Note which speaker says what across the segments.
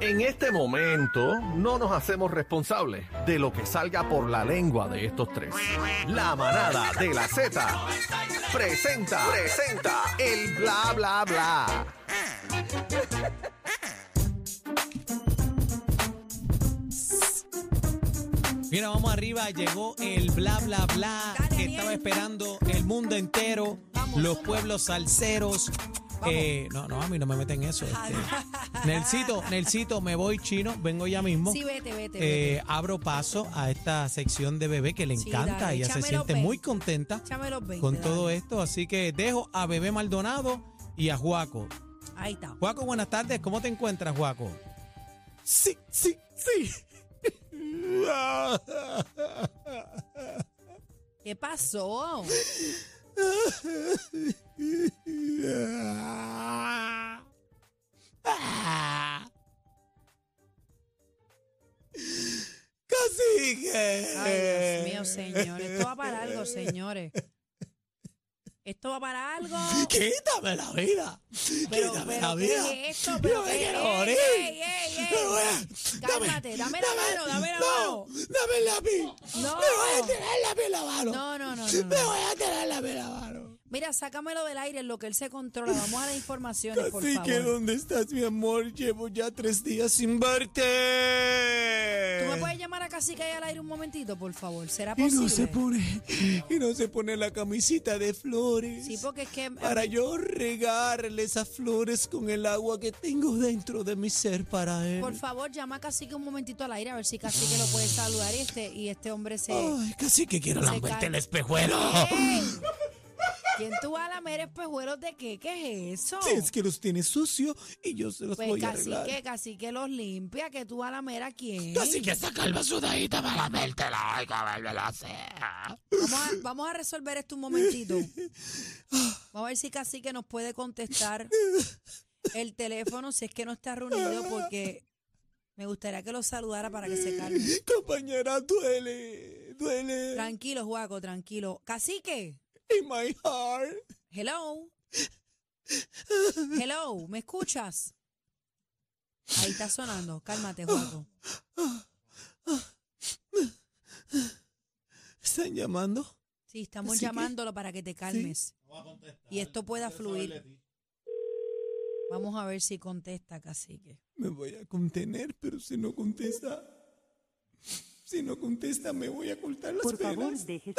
Speaker 1: En este momento no nos hacemos responsables de lo que salga por la lengua de estos tres. La manada de la Z presenta, presenta el bla bla bla.
Speaker 2: Mira, vamos arriba, llegó el bla bla bla
Speaker 3: Dale,
Speaker 2: que
Speaker 3: Aniel.
Speaker 2: estaba esperando el mundo entero, los pueblos salseros. Eh, no, no, a mí no me meten eso. Este. Nelsito, Nelsito, me voy chino, vengo ya mismo.
Speaker 3: Sí, vete, vete,
Speaker 2: Eh,
Speaker 3: vete.
Speaker 2: abro paso a esta sección de bebé que le
Speaker 3: Sí,
Speaker 2: encanta,
Speaker 3: dale,
Speaker 2: ella se
Speaker 3: échame los
Speaker 2: siente
Speaker 3: 20.
Speaker 2: muy contenta
Speaker 3: Échame los 20.
Speaker 2: con
Speaker 3: dale.
Speaker 2: todo esto, así que dejo a Bebé Maldonado y a Juaco.
Speaker 3: Ahí está.
Speaker 2: Juaco, buenas tardes, ¿cómo te encuentras, Juaco? Sí, sí, sí. Ah.
Speaker 3: ¿Qué pasó?
Speaker 2: Cacique. Eh.
Speaker 3: Ay, Dios mío, señores. Esto va para algo, señores. Esto va para algo.
Speaker 2: Quítame la vida.
Speaker 3: Pero,
Speaker 2: Quítame
Speaker 3: pero,
Speaker 2: la
Speaker 3: ¿qué
Speaker 2: vida.
Speaker 3: es esto?
Speaker 2: Yo
Speaker 3: Pero,
Speaker 2: me
Speaker 3: ¿qué-
Speaker 2: quiero
Speaker 3: ey,
Speaker 2: morir.
Speaker 3: ey, ey, ey.
Speaker 2: Pero vea, dame,
Speaker 3: Cálmate, dame la mano, dame la
Speaker 2: no,
Speaker 3: mano.
Speaker 2: Dame el lápiz.
Speaker 3: No.
Speaker 2: Me voy a tirar el lápiz en la mano.
Speaker 3: No, no, no, no, no.
Speaker 2: Me voy a tirar el lápiz en la mano.
Speaker 3: Mira, sácamelo del aire en lo que él se controla. Vamos a las informaciones, por
Speaker 2: Así que,
Speaker 3: favor.
Speaker 2: ¿dónde estás, mi amor? Llevo ya tres días sin verte.
Speaker 3: ¿Tú me puedes llamar a Cacique ahí al aire un momentito, por favor? ¿Será
Speaker 2: Y no se
Speaker 3: posible?
Speaker 2: pone, y no se pone la camisita de flores.
Speaker 3: Sí, porque es que...
Speaker 2: Para yo regarle esas flores con el agua que tengo dentro de mi ser para él.
Speaker 3: Por favor, llama a Cacique un momentito al aire a ver si Cacique lo puede saludar y este, y este hombre se...
Speaker 2: Ay, casi que quiero
Speaker 3: Se
Speaker 2: lamberte
Speaker 3: cae.
Speaker 2: el espejuelo.
Speaker 3: ¡Ey! ¿Quién tú vas a lamer espejuelos de qué? ¿Qué es eso?
Speaker 2: Si es que los tiene sucio y yo se los
Speaker 3: pues
Speaker 2: voy a
Speaker 3: casi
Speaker 2: arreglar.
Speaker 3: que, casi que los limpia, que tú vas a lamer a quién.
Speaker 2: Casi que saca el sudadita para lamértela ay, comérmela así.
Speaker 3: Vamos a, vamos a resolver esto un momentito. Vamos a ver si Cacique nos puede contestar el teléfono si es que no está reunido, porque me gustaría que lo saludara para que se calme.
Speaker 2: Compañera, duele, duele.
Speaker 3: Tranquilo, Juaco, tranquilo. Cacique,
Speaker 2: In my heart.
Speaker 3: hello. Hello, ¿me escuchas? Ahí está sonando. Cálmate, Juaco.
Speaker 2: ¿Están llamando?
Speaker 3: Sí, estamos
Speaker 2: Así que-
Speaker 3: llamándolo para que te calmes. Y esto pueda fluir. Vamos a ver si contesta, cacique.
Speaker 2: Me voy a contener, pero si no contesta, si no contesta, me voy a cortar las
Speaker 4: Por
Speaker 2: penas.
Speaker 4: favor, deje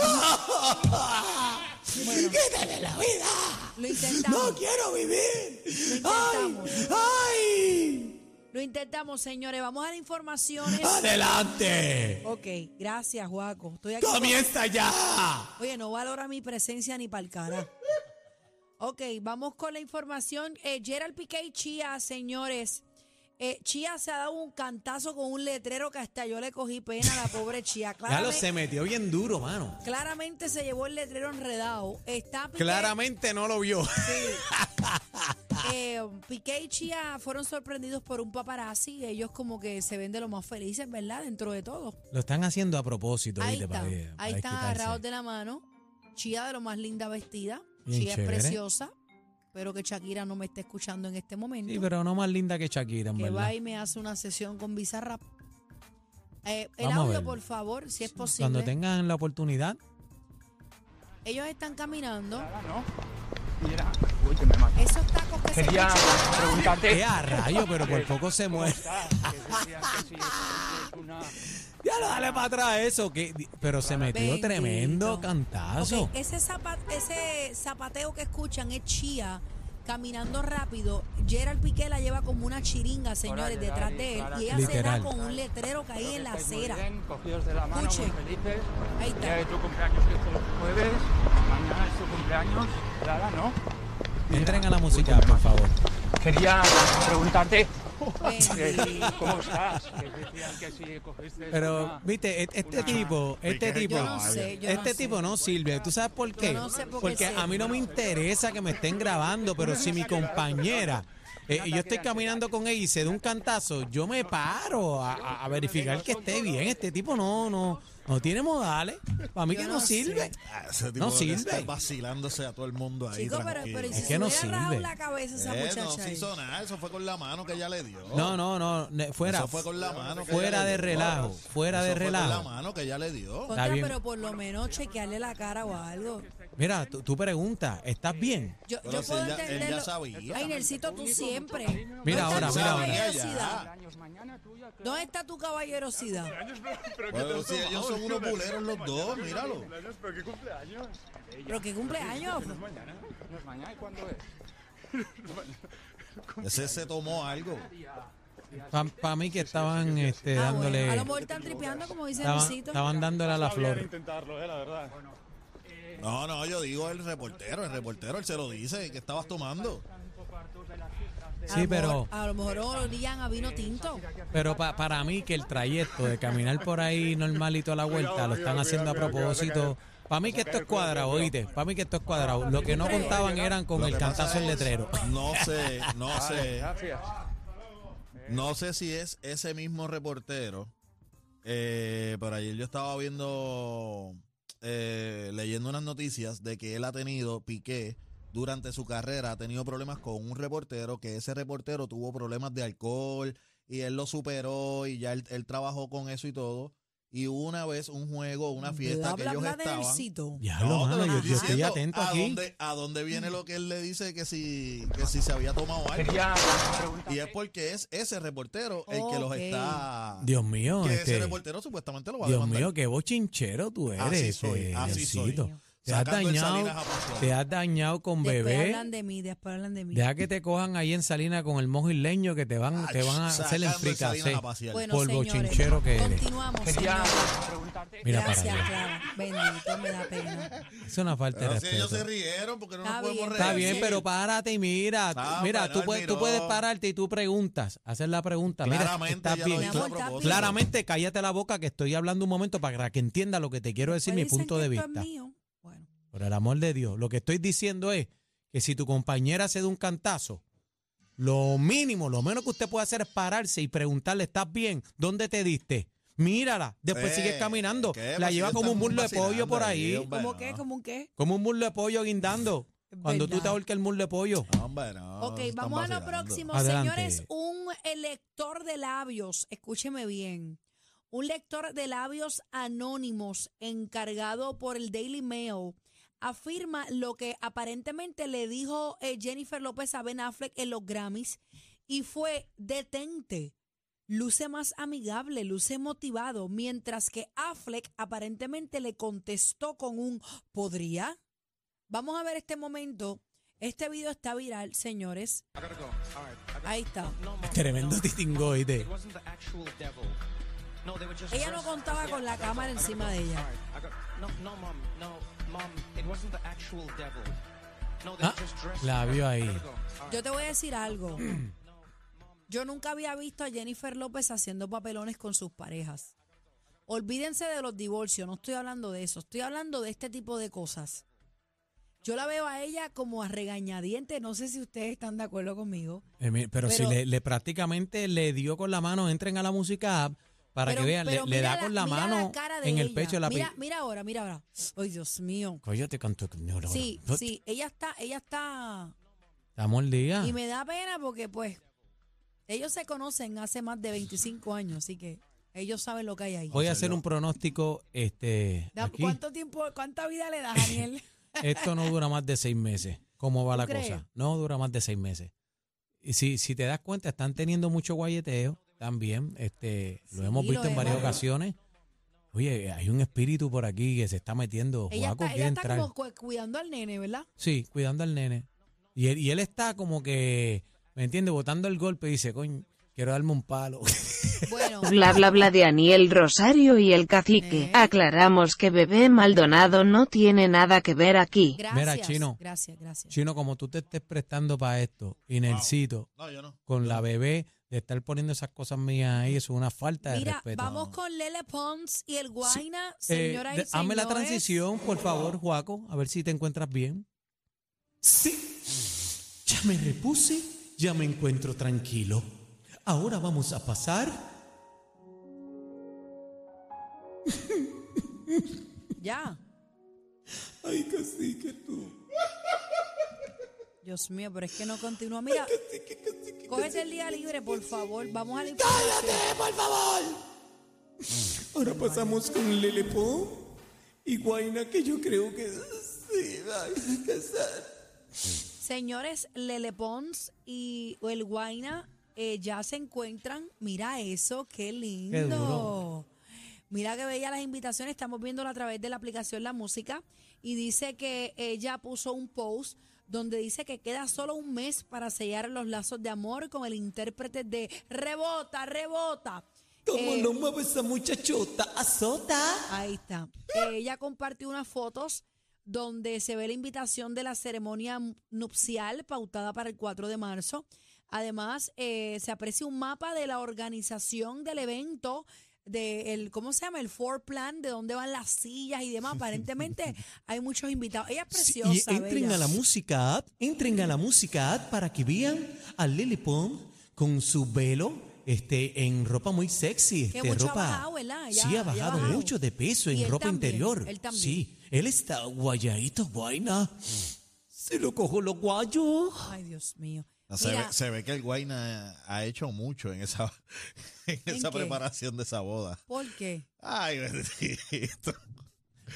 Speaker 2: ¡Quítale la vida!
Speaker 3: Lo intentamos.
Speaker 2: ¡No quiero vivir!
Speaker 3: intentamos.
Speaker 2: ¡Ay!
Speaker 3: Lo intentamos, señores. Vamos a las informaciones.
Speaker 2: ¡Ay! ¡Adelante!
Speaker 3: Ok, gracias, Juaco. Estoy aquí.
Speaker 2: ¡Comienza ya!
Speaker 3: Oye, no valora mi presencia ni para el cara. Ok, vamos con la información. Eh, Gerald Piqué y Chía, señores. Eh, Chía se ha dado un cantazo con un letrero que hasta yo le cogí pena a la pobre Chía.
Speaker 5: Ya lo
Speaker 3: Claramente,
Speaker 5: se metió bien duro, mano.
Speaker 3: claramente se llevó el letrero enredado. Está Piqué-
Speaker 5: Claramente no lo vio.
Speaker 3: Eh, Piqué y Chia fueron sorprendidos por un paparazzi. Ellos como que se ven de lo más felices, ¿verdad? Dentro de todo.
Speaker 5: Lo están haciendo a propósito,
Speaker 3: Ahí
Speaker 5: ¿viste? Para que-
Speaker 3: están,
Speaker 5: para
Speaker 3: ahí están
Speaker 5: desquitarse.
Speaker 3: agarrados de la mano. Chia de lo más linda vestida.
Speaker 5: Bien
Speaker 3: Chia es
Speaker 5: chévere.
Speaker 3: preciosa. Espero que Shakira no me esté escuchando en este momento.
Speaker 5: Sí, pero no más linda que Shakira, en
Speaker 3: que
Speaker 5: verdad.
Speaker 3: va y me hace una sesión con Bizarrap. Eh, el
Speaker 5: Vamos a
Speaker 3: audio,
Speaker 5: verlo.
Speaker 3: por favor, si es posible.
Speaker 5: Cuando tengan la oportunidad,
Speaker 3: Ellos están caminando.
Speaker 6: Mira, uy, que me mata.
Speaker 3: Esos tacos que
Speaker 6: Quería
Speaker 3: se echan-
Speaker 6: preguntarte.
Speaker 5: ¡qué a rayo! Pero por poco se muere. Ya lo dale para atrás eso. Que, pero se metió
Speaker 3: Bendito.
Speaker 5: tremendo cantazo.
Speaker 3: Ok, eh, ese, zapa- ese zapateo que escuchan es Chía caminando rápido. Gerald Piqué la lleva como una chiringa, señores,
Speaker 6: Gerald,
Speaker 3: detrás de él.
Speaker 6: Clara,
Speaker 3: Y ella
Speaker 5: Literal.
Speaker 3: se da con un letrero que hay en la acera.
Speaker 6: Cogidos de la mano, muy
Speaker 3: Escuche.
Speaker 6: felices.
Speaker 3: Ahí está.
Speaker 6: Día de tu cumpleaños que es el jueves. Mañana es tu cumpleaños. Clara, ¿no?
Speaker 5: Entren a la música, por favor.
Speaker 6: Quería preguntarte. eh,
Speaker 3: Bendito.
Speaker 6: ¿Cómo estás? Que decían que si cogiste
Speaker 5: Pero,
Speaker 6: una-
Speaker 2: e-,
Speaker 5: viste, et- este
Speaker 6: una-
Speaker 5: tipo, este tipo,
Speaker 3: Yo no sé, yo
Speaker 5: este
Speaker 3: no
Speaker 5: tipo
Speaker 3: sé.
Speaker 5: no sirve. ¿Tú sabes por qué?
Speaker 3: no sé por qué
Speaker 5: Porque
Speaker 3: sirve.
Speaker 5: a mí no me interesa que me estén grabando, pero si mi compañera
Speaker 2: eh, y yo estoy caminando con él y se da un cantazo, yo me paro a, a- a verificar que esté bien. Este tipo no, no, no tiene modales. Para mí que no sirve.
Speaker 5: Ah, Ese tipo
Speaker 2: No
Speaker 5: no
Speaker 2: sirve.
Speaker 5: Está vacilándose a todo el mundo ahí.
Speaker 3: Chico, pero,
Speaker 5: tranquilo.
Speaker 3: pero ¿y si
Speaker 2: Es
Speaker 3: se
Speaker 2: que no
Speaker 3: hubiera rajado
Speaker 2: sirve.
Speaker 3: la cabeza esa
Speaker 5: Eh,
Speaker 3: muchacha
Speaker 5: no se
Speaker 3: ahí?
Speaker 5: hizo nada, eso fue con la mano que ella le dio.
Speaker 2: No, no, no, ne- fuera.
Speaker 5: Eso fue con la mano. que
Speaker 2: fuera
Speaker 5: ella le
Speaker 2: de
Speaker 5: dio.
Speaker 2: relajo, fuera
Speaker 5: Eso
Speaker 2: de
Speaker 5: fue
Speaker 2: relajo.
Speaker 5: Con la mano que ella le dio.
Speaker 3: Contra,
Speaker 2: bien.
Speaker 3: pero por lo menos chequearle la cara o algo.
Speaker 2: Mira, tú, tú preguntas, ¿estás bien?
Speaker 3: Yo,
Speaker 5: Pero
Speaker 3: yo
Speaker 5: si
Speaker 3: puedo
Speaker 5: él ya- él ya
Speaker 3: entenderlo.
Speaker 5: sabía.
Speaker 3: Ay, Nelsito, tú siempre.
Speaker 2: Mira
Speaker 3: ¿Dónde
Speaker 2: ahora,
Speaker 3: está tu
Speaker 2: mira ahora.
Speaker 3: caballerosidad?
Speaker 6: Años, mañana tuya, que-
Speaker 3: ¿Dónde está tu caballerosidad?
Speaker 5: Bueno, si ellos son unos buleros los dos, míralo.
Speaker 3: Pero que cumpleaños.
Speaker 6: No es mañana, ¿y cuándo es?
Speaker 5: Ese se tomó algo.
Speaker 2: Para mí que estaban este,
Speaker 3: Ah, bueno,
Speaker 2: dándole.
Speaker 3: A lo mejor están tripeando, como dice
Speaker 2: Estaban,
Speaker 3: Nelsito.
Speaker 2: estaban dándole a la flor.
Speaker 5: No, no, yo digo el reportero, el reportero, él se lo dice, que estabas tomando.
Speaker 2: Sí, pero.
Speaker 3: A lo mejor olían a vino tinto.
Speaker 2: Pero pa- para mí que el trayecto de caminar por ahí normalito a la vuelta lo están haciendo a propósito. Para mí que esto es cuadrado, oíste. Para mí que esto es cuadrado. Lo que no contaban eran con
Speaker 5: Lo
Speaker 2: el
Speaker 5: que pasa
Speaker 2: cantazo del
Speaker 5: es-
Speaker 2: letrero.
Speaker 5: No sé, no sé.
Speaker 6: Gracias.
Speaker 5: No sé si es ese mismo reportero. eh, pero ayer yo estaba viendo, eh, leyendo unas noticias de que él ha tenido, Piqué, durante su carrera, ha tenido problemas con un reportero, que ese reportero tuvo problemas de alcohol y él lo superó y ya él, él trabajó con eso y todo. Y hubo una vez un juego, una
Speaker 3: Bla,
Speaker 5: fiesta
Speaker 3: bla,
Speaker 5: que ellos
Speaker 3: bla de
Speaker 5: estaban.
Speaker 3: Nelsito.
Speaker 2: Ya
Speaker 5: No,
Speaker 2: lo mano,
Speaker 5: pero
Speaker 2: yo,
Speaker 5: estoy
Speaker 2: yo estoy
Speaker 5: diciendo
Speaker 2: atento
Speaker 5: a
Speaker 2: aquí.
Speaker 5: Dónde, a dónde viene lo que él le dice que si, que si se había tomado algo.
Speaker 6: Sería una pregunta
Speaker 5: Y es porque es ese reportero el que los
Speaker 3: Ok.
Speaker 5: está.
Speaker 2: Dios mío,
Speaker 5: que ese
Speaker 2: este,
Speaker 5: reportero supuestamente lo va a
Speaker 2: Dios
Speaker 5: demandar.
Speaker 2: mío, qué bochinchero tú eres.
Speaker 5: Así soy,
Speaker 2: eh,
Speaker 5: así soy.
Speaker 2: Diosito. Te has
Speaker 5: Sacando el
Speaker 2: dañado,
Speaker 5: Salinas a pasear.
Speaker 2: te has dañado con
Speaker 3: Después
Speaker 2: bebé.
Speaker 3: hablan de mí, después hablan de mí.
Speaker 2: Deja que te cojan ahí en Salina con el mojo isleño que te van, te van a hacer el
Speaker 5: Sacando el Salinas
Speaker 2: fricacé.
Speaker 5: a pasear.
Speaker 3: Bueno,
Speaker 2: por
Speaker 3: señores,
Speaker 2: bochinchero que eres.
Speaker 3: continuamos.
Speaker 6: Sería
Speaker 3: señores.
Speaker 6: preguntarte.
Speaker 2: Mira para
Speaker 3: Gracias,
Speaker 2: allá.
Speaker 3: Clara. Bendito, me da pena.
Speaker 2: Es una falta
Speaker 5: Pero
Speaker 2: de
Speaker 5: si
Speaker 2: respeto.
Speaker 5: ellos se rieron porque no
Speaker 3: Está
Speaker 5: nos podemos
Speaker 3: bien,
Speaker 5: reír.
Speaker 2: Está
Speaker 3: Pero
Speaker 2: bien,
Speaker 3: sí.
Speaker 2: pero párate y mira.
Speaker 5: Ah,
Speaker 2: tú- mira,
Speaker 5: bueno,
Speaker 2: tú,
Speaker 5: él
Speaker 2: puedes, tú
Speaker 5: miró.
Speaker 2: puedes pararte y tú preguntas, hacer la pregunta.
Speaker 5: Claramente
Speaker 2: mira,
Speaker 5: ya
Speaker 2: estás
Speaker 5: lo
Speaker 2: bien.
Speaker 5: hizo a
Speaker 3: Mi amor, está
Speaker 5: propósito.
Speaker 2: Claramente, cállate la boca que estoy hablando un momento para que entienda lo que te quiero decir, mi
Speaker 3: Pues Dicen
Speaker 2: punto
Speaker 3: que
Speaker 2: de
Speaker 3: esto es
Speaker 2: vista.
Speaker 3: mío. Bueno,
Speaker 2: Por el amor de Dios, lo que estoy diciendo es que si tu compañera se da un cantazo, lo mínimo, lo menos que usted puede hacer es pararse y preguntarle, ¿estás bien? ¿Dónde te diste? Mírala, después
Speaker 5: Eh,
Speaker 2: sigues caminando.
Speaker 5: ¿qué?
Speaker 2: La
Speaker 5: Pues
Speaker 2: lleva
Speaker 5: ellos
Speaker 2: como un
Speaker 5: están
Speaker 2: burlo de pollo
Speaker 5: vacilando
Speaker 2: por
Speaker 5: ahí,
Speaker 2: ahí,
Speaker 5: hombre,
Speaker 3: ¿cómo
Speaker 5: no.
Speaker 3: qué? ¿Cómo un qué?
Speaker 2: como un burlo de pollo guindando. Cuando tú te
Speaker 3: Verdad.
Speaker 2: ahorca el muslo de pollo.
Speaker 5: Hombre, no,
Speaker 3: Ok,
Speaker 5: están
Speaker 3: vamos a lo
Speaker 5: vacilando.
Speaker 3: próximo,
Speaker 2: Adelante.
Speaker 3: señores. Un lector de labios, escúcheme bien. Un lector de labios anónimos encargado por el Daily Mail afirma lo que aparentemente le dijo eh, Jennifer López a Ben Affleck en los Grammys y fue detente. Luce más amigable, luce motivado, mientras que Affleck aparentemente le contestó con un ¿podría? Vamos a ver este momento. Este video está viral, señores. Ahí está.
Speaker 2: Tremendo titingoide.
Speaker 3: Ella no contaba con la cámara encima de ella.
Speaker 2: Ah, la vio ahí.
Speaker 3: Yo te voy a decir algo. Yo nunca había visto a Jennifer López haciendo papelones con sus parejas. Olvídense de los divorcios, no estoy hablando de eso, estoy hablando de este tipo de cosas. Yo la veo a ella como a regañadientes, no sé si ustedes están de acuerdo conmigo.
Speaker 2: Eh, mi- Pero, si
Speaker 3: Pero-
Speaker 2: le, le prácticamente le dio con la mano, entren a la música app para
Speaker 3: Pero-
Speaker 2: que vean, le,
Speaker 3: pero
Speaker 2: le
Speaker 3: mira
Speaker 2: da con la
Speaker 3: mira
Speaker 2: mano
Speaker 3: cara de
Speaker 2: en el
Speaker 3: ella.
Speaker 2: pecho de la pi-
Speaker 3: mira, mira ahora, mira ahora. Ay, Dios mío.
Speaker 2: Coyote con tu- no, no, no.
Speaker 3: Sí, sí, ella está, ella está.
Speaker 2: Estamos al día.
Speaker 3: Y me da pena porque, pues, ellos se conocen hace más de 25 años, así que ellos saben lo que hay ahí.
Speaker 2: Voy a hacer un pronóstico. este
Speaker 3: Da-
Speaker 2: aquí.
Speaker 3: ¿Cuánto tiempo, cuánta vida le das, Daniel?
Speaker 2: Esto no dura más de seis meses. ¿Cómo va
Speaker 3: ¿Tú
Speaker 2: la
Speaker 3: crees?
Speaker 2: cosa? No dura más de seis meses. Y si, si te das cuenta, están teniendo mucho guayeteo también. Este, lo
Speaker 3: Sí,
Speaker 2: hemos
Speaker 3: lo
Speaker 2: visto en varias
Speaker 3: hemos.
Speaker 2: ocasiones. Oye, hay un espíritu por aquí que se está metiendo.
Speaker 3: ella
Speaker 2: Juaco
Speaker 3: está,
Speaker 2: quiere
Speaker 3: ella está
Speaker 2: entrar.
Speaker 3: como cu- cuidando al nene, ¿verdad?
Speaker 2: Sí, cuidando al nene. Y él, y él está como que, ¿me entiendes? Botando el golpe y dice, coño, quiero darme un palo.
Speaker 3: Bueno,
Speaker 7: Bla bla bla de Aniel Rosario y el cacique.
Speaker 3: Eh.
Speaker 7: Aclaramos que Bebé Maldonado no tiene nada que ver aquí.
Speaker 3: gracias.
Speaker 2: Chino.
Speaker 3: Gracias, gracias.
Speaker 2: Chino, como tú te estés prestando para esto, y Nelsito,
Speaker 5: No, yo no.
Speaker 2: con la bebé, de estar poniendo esas cosas mías ahí, eso es una falta de
Speaker 3: Mira,
Speaker 2: respeto.
Speaker 3: vamos con Lele Pons y el Guaina,
Speaker 2: Eh,
Speaker 3: señora
Speaker 2: de-
Speaker 3: y
Speaker 2: hazme la
Speaker 3: señores.
Speaker 2: transición, por favor, Juaco, a ver si te encuentras bien. Sí, ya me repuse, Ya me encuentro tranquilo. Ahora vamos a pasar.
Speaker 3: Ya.
Speaker 2: Ay, cacique tú.
Speaker 3: Dios mío, pero es que no continúa. Mira, cógete el día libre, por favor. Vamos a la
Speaker 2: ¡Cállate, por favor! Ahora pasamos con Lelepo y Guaina, que yo creo que se va a casar.
Speaker 3: Señores, Lele Pons y el Guaina eh, ya se encuentran. Mira eso, qué lindo.
Speaker 2: duro.
Speaker 3: Mira que veía las invitaciones, estamos viéndolo a través de la aplicación La Música y dice que ella puso un post donde dice que queda solo un mes para sellar los lazos de amor con el intérprete de Rebota, Rebota.
Speaker 2: Como
Speaker 3: Eh,
Speaker 2: no mueve esa muchachota, azota.
Speaker 3: Ahí está. Eh, Ella compartió unas fotos donde se ve la invitación de la ceremonia nupcial pautada para el 4 de marzo. Además, eh, se aprecia un mapa de la organización del evento, de el, ¿cómo se llama? El floor plan, de dónde van las sillas y demás. Aparentemente hay muchos invitados. Ella es
Speaker 2: Sí,
Speaker 3: preciosa.
Speaker 2: y entren
Speaker 3: bella.
Speaker 2: a la música app, entren a la música app para que vean a Lily Pond con su velo este, en ropa muy sexy.
Speaker 3: Que
Speaker 2: Este,
Speaker 3: mucho ha
Speaker 2: ropa,
Speaker 3: bajado, ¿verdad? Ya-
Speaker 2: sí,
Speaker 3: ya
Speaker 2: ha
Speaker 3: ha
Speaker 2: bajado
Speaker 3: bajado.
Speaker 2: mucho de peso
Speaker 3: Y
Speaker 2: en
Speaker 3: él
Speaker 2: ropa
Speaker 3: también,
Speaker 2: interior.
Speaker 3: él también.
Speaker 2: Sí, él está guayadito, guayna. Se lo cojo los guayos.
Speaker 3: Ay, Dios mío.
Speaker 5: Se ve,
Speaker 3: Mira,
Speaker 5: se ve que el Guayna ha hecho mucho en esa, en
Speaker 3: ¿En
Speaker 5: esa
Speaker 3: qué?
Speaker 5: preparación de esa boda.
Speaker 3: ¿por qué?
Speaker 5: Ay, bendito.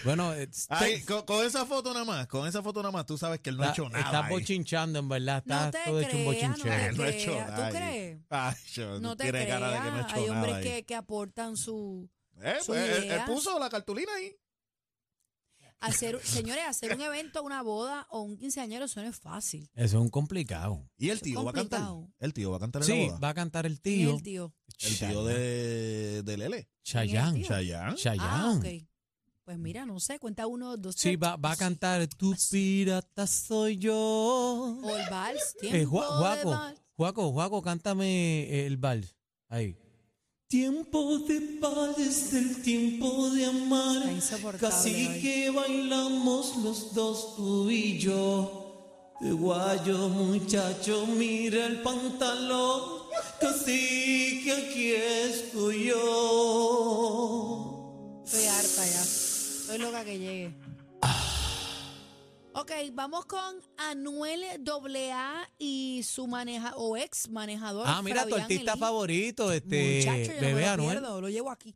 Speaker 8: Bueno, eh,
Speaker 5: Ay, con, con esa foto nada más, con esa foto nada más, tú sabes que él no ha hecho nada. eh.
Speaker 8: Estás
Speaker 5: ahí.
Speaker 8: bochinchando, en verdad.
Speaker 3: No
Speaker 8: Estás
Speaker 3: te
Speaker 8: todo hecho un
Speaker 3: creas, no te
Speaker 8: bochinchero.
Speaker 5: Él no ha
Speaker 3: creas.
Speaker 5: hecho
Speaker 3: ¿Tú
Speaker 5: nada. ahí.
Speaker 3: crees?
Speaker 5: Ay, yo,
Speaker 3: No te
Speaker 5: tiene
Speaker 3: creas.
Speaker 5: cara de que no ha hecho
Speaker 3: Hay
Speaker 5: nada.
Speaker 3: hombres
Speaker 5: ahí.
Speaker 3: que, que aportan su,
Speaker 5: Eh,
Speaker 3: sus
Speaker 5: pues, él- él,
Speaker 3: ideas.
Speaker 5: puso la cartulina ahí.
Speaker 3: Hacer, señores, hacer un evento, una boda o un quinceañero, eso no es fácil.
Speaker 8: Eso es un complicado.
Speaker 5: Y el
Speaker 3: Eso es
Speaker 5: tío va a cantar.
Speaker 3: complicado.
Speaker 5: El tío va a cantar en
Speaker 8: Sí,
Speaker 5: la boda.
Speaker 8: va a cantar el
Speaker 3: ¿Quién es
Speaker 8: tío.
Speaker 3: el tío?
Speaker 5: El tío de, de Lele.
Speaker 8: Chayanne.
Speaker 3: tío?
Speaker 5: Chayanne.
Speaker 3: Ah,
Speaker 8: Chayanne.
Speaker 3: ok. Pues mira, no sé, cuenta uno, dos,
Speaker 8: Sí,
Speaker 3: tres.
Speaker 8: va, va a cantar Tu pirata soy yo.
Speaker 3: O el vals, tiempo
Speaker 8: Eh, Ju-
Speaker 3: de
Speaker 8: Juaco,
Speaker 3: vals.
Speaker 8: Juaco, Juaco, cántame el vals. Ahí. Tiempo de vals, el tiempo de amar.
Speaker 3: Está insoportable hoy.
Speaker 8: Casi que bailamos los dos, tú y yo. Te guayo, muchacho, mira el pantalón. Casi que aquí estoy yo.
Speaker 3: Estoy harta ya. Estoy loca que llegue.
Speaker 8: Ah.
Speaker 3: Ok, vamos con Anuel AA y su maneja o ex manejador.
Speaker 8: Ah, mira, tu
Speaker 3: Fabián
Speaker 8: artista
Speaker 3: Elí.
Speaker 8: favorito, este
Speaker 3: Muchacho, yo
Speaker 8: bebé
Speaker 3: no me lo
Speaker 8: Anuel.
Speaker 3: pierdo, lo llevo aquí.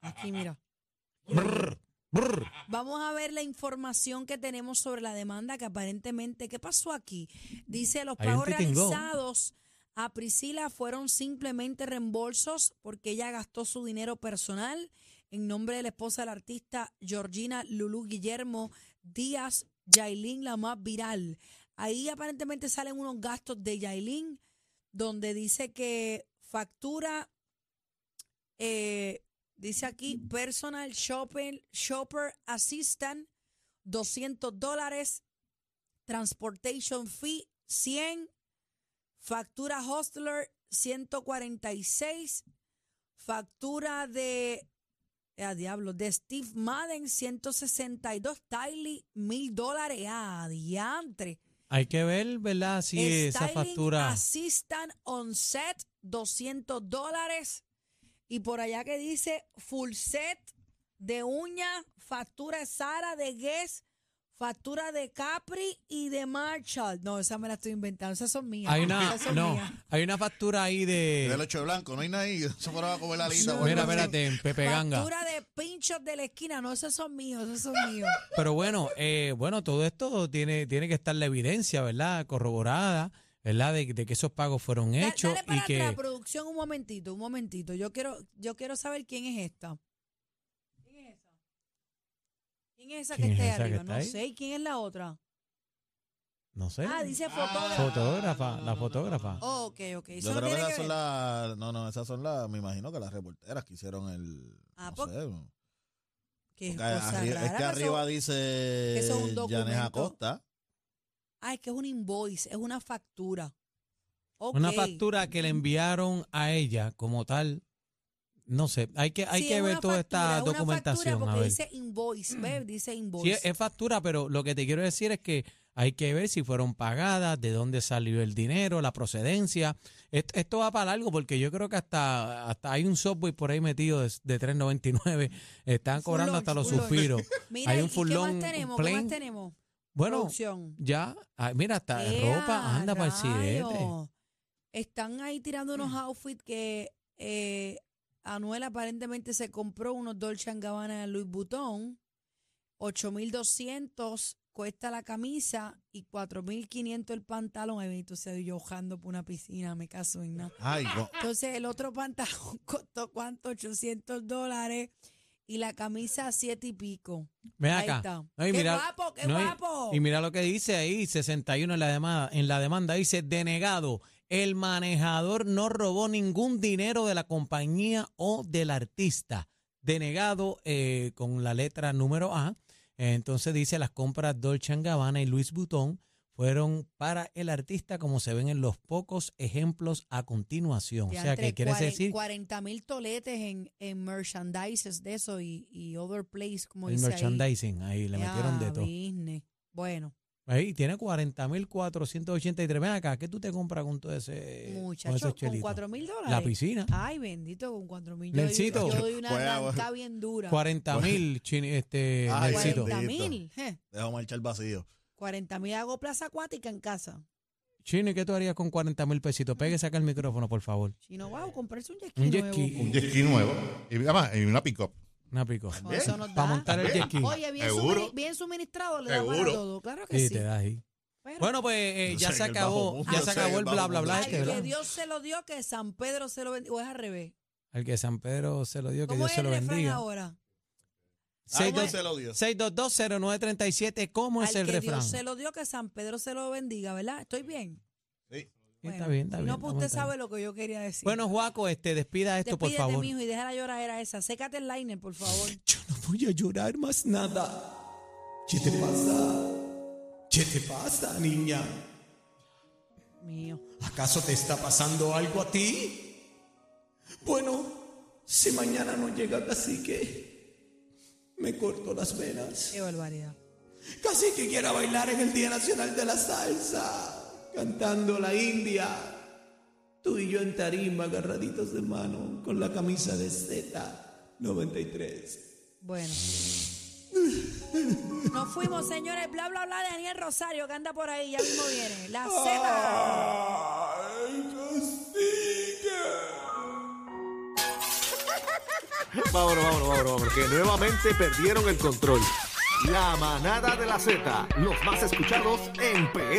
Speaker 3: Aquí, mira. Vamos a ver la información que tenemos sobre la demanda que aparentemente, ¿qué pasó aquí? Dice, los
Speaker 8: Hay
Speaker 3: pagos
Speaker 8: un titingo.
Speaker 3: realizados a Priscila fueron simplemente reembolsos porque ella gastó su dinero personal en nombre de la esposa del artista Georgina Lulú Guillermo Díaz Yailin, la más viral. Ahí aparentemente salen unos gastos de Yailin donde dice que factura, eh, dice aquí, personal shopping, shopper assistant, 200 dólares, transportation fee, 100, factura hostler, 146, factura de, eh, a diablo, de Steve Madden, 162, Tylee, 1000 dólares, a diantre.
Speaker 8: Hay que ver, ¿verdad? Si esa
Speaker 3: Styling
Speaker 8: factura.
Speaker 3: Assistant on set, 200 dólares. Y por allá que dice full set de uña, factura de Sara, de Guess, factura de Capri y de Marshall. No, esa me la estoy inventando, esas son mías.
Speaker 8: Hay una,
Speaker 3: Esas son
Speaker 8: no,
Speaker 3: mías.
Speaker 8: hay una factura ahí
Speaker 5: Del
Speaker 8: de.
Speaker 5: 8 de blanco, no hay nadie. Se fueron a comer la lista. o algo
Speaker 8: Eh. Mira,
Speaker 5: así.
Speaker 8: espérate, en Pepe Ganga.
Speaker 3: Factura de pinchos de la esquina, no, esos son míos, esos son míos.
Speaker 8: Pero bueno, eh, bueno, todo esto tiene, tiene que estar la evidencia, ¿verdad? Corroborada, ¿verdad? De, de que esos pagos fueron
Speaker 3: Da-
Speaker 8: hechos
Speaker 3: dale para
Speaker 8: y que.
Speaker 3: atrás, producción, un momentito, un momentito. Yo quiero, yo quiero saber quién es esta. ¿Quién es esa? ¿Quién
Speaker 8: ¿Quién es
Speaker 3: es esa que está ahí
Speaker 8: esa que
Speaker 3: arriba?
Speaker 8: está
Speaker 3: no
Speaker 8: ahí? ¿Eh?
Speaker 3: sé. ¿Y quién es la otra?
Speaker 8: No sé.
Speaker 3: Ah, dice
Speaker 5: Ah.
Speaker 3: fotógrafo.
Speaker 8: Fotógrafa, la fotógrafa.
Speaker 3: Oh, ok, ok. Eso
Speaker 5: Yo
Speaker 3: no
Speaker 5: creo que
Speaker 3: tiene
Speaker 5: esas
Speaker 3: que
Speaker 5: son
Speaker 3: ver.
Speaker 5: las. No, no, esas son las. Me imagino que las reporteras que hicieron el.
Speaker 3: Ah,
Speaker 5: no
Speaker 3: porque-
Speaker 5: sé,
Speaker 3: Qué
Speaker 5: porque
Speaker 3: cosa
Speaker 5: arri-
Speaker 3: rara,
Speaker 5: es que
Speaker 3: pero
Speaker 5: arriba
Speaker 3: eso-
Speaker 5: dice.
Speaker 3: eso es un
Speaker 5: Yanes
Speaker 3: documento.
Speaker 5: Acosta.
Speaker 3: Ah, es que es un invoice, es una factura. Ok.
Speaker 8: Una factura que le enviaron a ella como tal. No sé, hay que, hay
Speaker 3: Sí,
Speaker 8: que
Speaker 3: es
Speaker 8: ver
Speaker 3: una
Speaker 8: toda esta
Speaker 3: factura, es una factura
Speaker 8: documentación. A
Speaker 3: Porque
Speaker 8: ver.
Speaker 3: dice invoice, ¿ves? Dice
Speaker 8: Sí,
Speaker 3: invoice.
Speaker 8: es, es factura, pero lo que te quiero decir es que
Speaker 2: Hay que ver si fueron pagadas, de dónde salió el dinero, la procedencia. Est- Esto, va para largo porque yo creo que hasta, hasta hay un software por ahí metido de, de 3.99. Están
Speaker 3: Full
Speaker 2: cobrando
Speaker 3: lunch,
Speaker 2: hasta los
Speaker 3: full lunch.
Speaker 2: suspiros.
Speaker 3: Mira,
Speaker 2: Hay
Speaker 3: ¿y
Speaker 2: un full
Speaker 3: ¿qué más
Speaker 2: long
Speaker 3: tenemos? ¿Qué
Speaker 2: plane.
Speaker 3: más tenemos?
Speaker 2: Bueno,
Speaker 3: Producción.
Speaker 2: ya, ah, mira, hasta
Speaker 3: ¡Ea,
Speaker 2: ropa anda para el sirete. Mm.
Speaker 3: rayos! Están ahí tirando unos outfits que eh, Anuel aparentemente se compró unos Dolce Gabbana de Louis Vuitton. 8.200 cuesta la camisa y 4.500 el pantalón. Ay, bendito sea Dios, yo ojando por una piscina, me caso en nada.
Speaker 5: Ay, co-
Speaker 3: Entonces el otro pantalón costó cuánto, 800 dólares y la camisa siete y pico.
Speaker 2: Ven
Speaker 3: Ahí
Speaker 2: acá.
Speaker 3: está.
Speaker 2: No, y
Speaker 3: ¡Qué
Speaker 2: mira-
Speaker 3: guapo, qué
Speaker 2: no, y-
Speaker 3: guapo!
Speaker 2: Y mira lo que dice ahí, 61 en la demanda, en la demanda dice denegado. El manejador no robó ningún dinero de la compañía o del artista. Denegado eh, con la letra número A. Entonces dice las compras Dolce Gabbana y Luis Vuitton fueron para el artista como se ven en los pocos ejemplos a continuación. O sea que quieres decir
Speaker 3: 40 mil toletes en, en merchandises de eso y, y other place, como
Speaker 2: el
Speaker 3: dice ahí.
Speaker 2: merchandising ahí, le
Speaker 3: Ya,
Speaker 2: metieron de todo.
Speaker 3: business. Bueno,
Speaker 2: Ahí tiene 40.483. Ven acá, ¿qué tú te compras con todo ese Eh, con
Speaker 3: muchachos,
Speaker 2: esos
Speaker 3: con
Speaker 2: chelitos?
Speaker 3: 4 mil dólares.
Speaker 2: La piscina.
Speaker 3: Ay, bendito, con 4 mil. Yo, doy-
Speaker 2: Nelsito.
Speaker 3: yo doy una
Speaker 5: Voy a-
Speaker 3: arrancada bien dura.
Speaker 2: 40.000, chini- este,
Speaker 5: Ay,
Speaker 2: Nelsito.
Speaker 3: 40 mil. eh,
Speaker 5: dejo marchar vacío.
Speaker 3: 40 mil hago plaza acuática en casa.
Speaker 2: Chino, ¿y qué tú harías con 40.000 pesitos? Pégase acá el micrófono, por favor.
Speaker 3: Si no, wow, comprarse un jet ski
Speaker 2: Un jet
Speaker 3: nuevo.
Speaker 2: ski.
Speaker 9: Eh. Un jet ski nuevo. Y, además, y una pick-up.
Speaker 2: Una pico.
Speaker 3: Con Oh, eso nos
Speaker 2: Para
Speaker 3: da.
Speaker 2: montar el jet ski.
Speaker 3: Oye, bien,
Speaker 9: Seguro.
Speaker 3: sumini- bien suministrado le da para
Speaker 9: Seguro.
Speaker 3: todo. Claro que
Speaker 2: Sí,
Speaker 3: sí.
Speaker 2: te das ahí.
Speaker 3: Pero-
Speaker 2: Bueno, pues eh,
Speaker 5: Yo
Speaker 2: ya
Speaker 5: sé
Speaker 2: se
Speaker 5: que el bajo
Speaker 2: acabó.
Speaker 5: mundo,
Speaker 2: Ya
Speaker 5: yo
Speaker 2: se
Speaker 5: sé
Speaker 2: acabó
Speaker 5: que
Speaker 2: el
Speaker 5: el
Speaker 2: bla,
Speaker 5: bajo
Speaker 2: bla, bla.
Speaker 5: mundo.
Speaker 3: Al
Speaker 2: Este,
Speaker 3: que
Speaker 2: ¿verdad?
Speaker 3: Dios se lo dio, que San Pedro se lo bendiga. O es al revés.
Speaker 2: Al que San Pedro se lo dio, que
Speaker 3: ¿Cómo
Speaker 2: Dios
Speaker 3: es
Speaker 2: se
Speaker 3: el
Speaker 2: lo
Speaker 3: refrán
Speaker 2: bendiga.
Speaker 3: ahora?
Speaker 2: Seis
Speaker 5: ¿Cómo
Speaker 2: dos-
Speaker 5: es el odio?
Speaker 2: 6220937, ¿cómo
Speaker 3: Al
Speaker 2: es el
Speaker 3: que
Speaker 2: refrán?
Speaker 3: Dios se lo dio, que San Pedro se lo bendiga, ¿verdad? Estoy bien.
Speaker 2: Sí, Está
Speaker 3: Bueno,
Speaker 2: bien, está
Speaker 3: si
Speaker 2: bien.
Speaker 3: No, pues
Speaker 2: estamos-
Speaker 3: usted
Speaker 2: está bien.
Speaker 3: sabe lo que yo quería decir.
Speaker 2: Bueno, Juaco, este, despida esto,
Speaker 3: Despídete,
Speaker 2: por favor.
Speaker 3: mijo, y deja la lloradera esa. Sécate el liner, por favor.
Speaker 2: Yo no voy a llorar más nada. ¿Qué te pasa? ¿Qué te pasa, niña?
Speaker 3: Mío.
Speaker 2: ¿Acaso te está pasando algo a ti? Bueno, si mañana no llega el cacique, me corto las venas.
Speaker 3: Qué barbaridad.
Speaker 2: Casi que quiera bailar en el Día Nacional de la Salsa, cantando la India. Tú y yo en tarima, agarraditos de mano, con la camisa de Z93.
Speaker 3: Bueno. Nos fuimos, señores. Bla, bla, bla de Daniel Rosario, que anda por ahí. Ya mismo viene. La Z.
Speaker 1: Vámonos, vámonos, vámonos, vámonos, que nuevamente perdieron el control. La manada de la Z, los más escuchados en PR.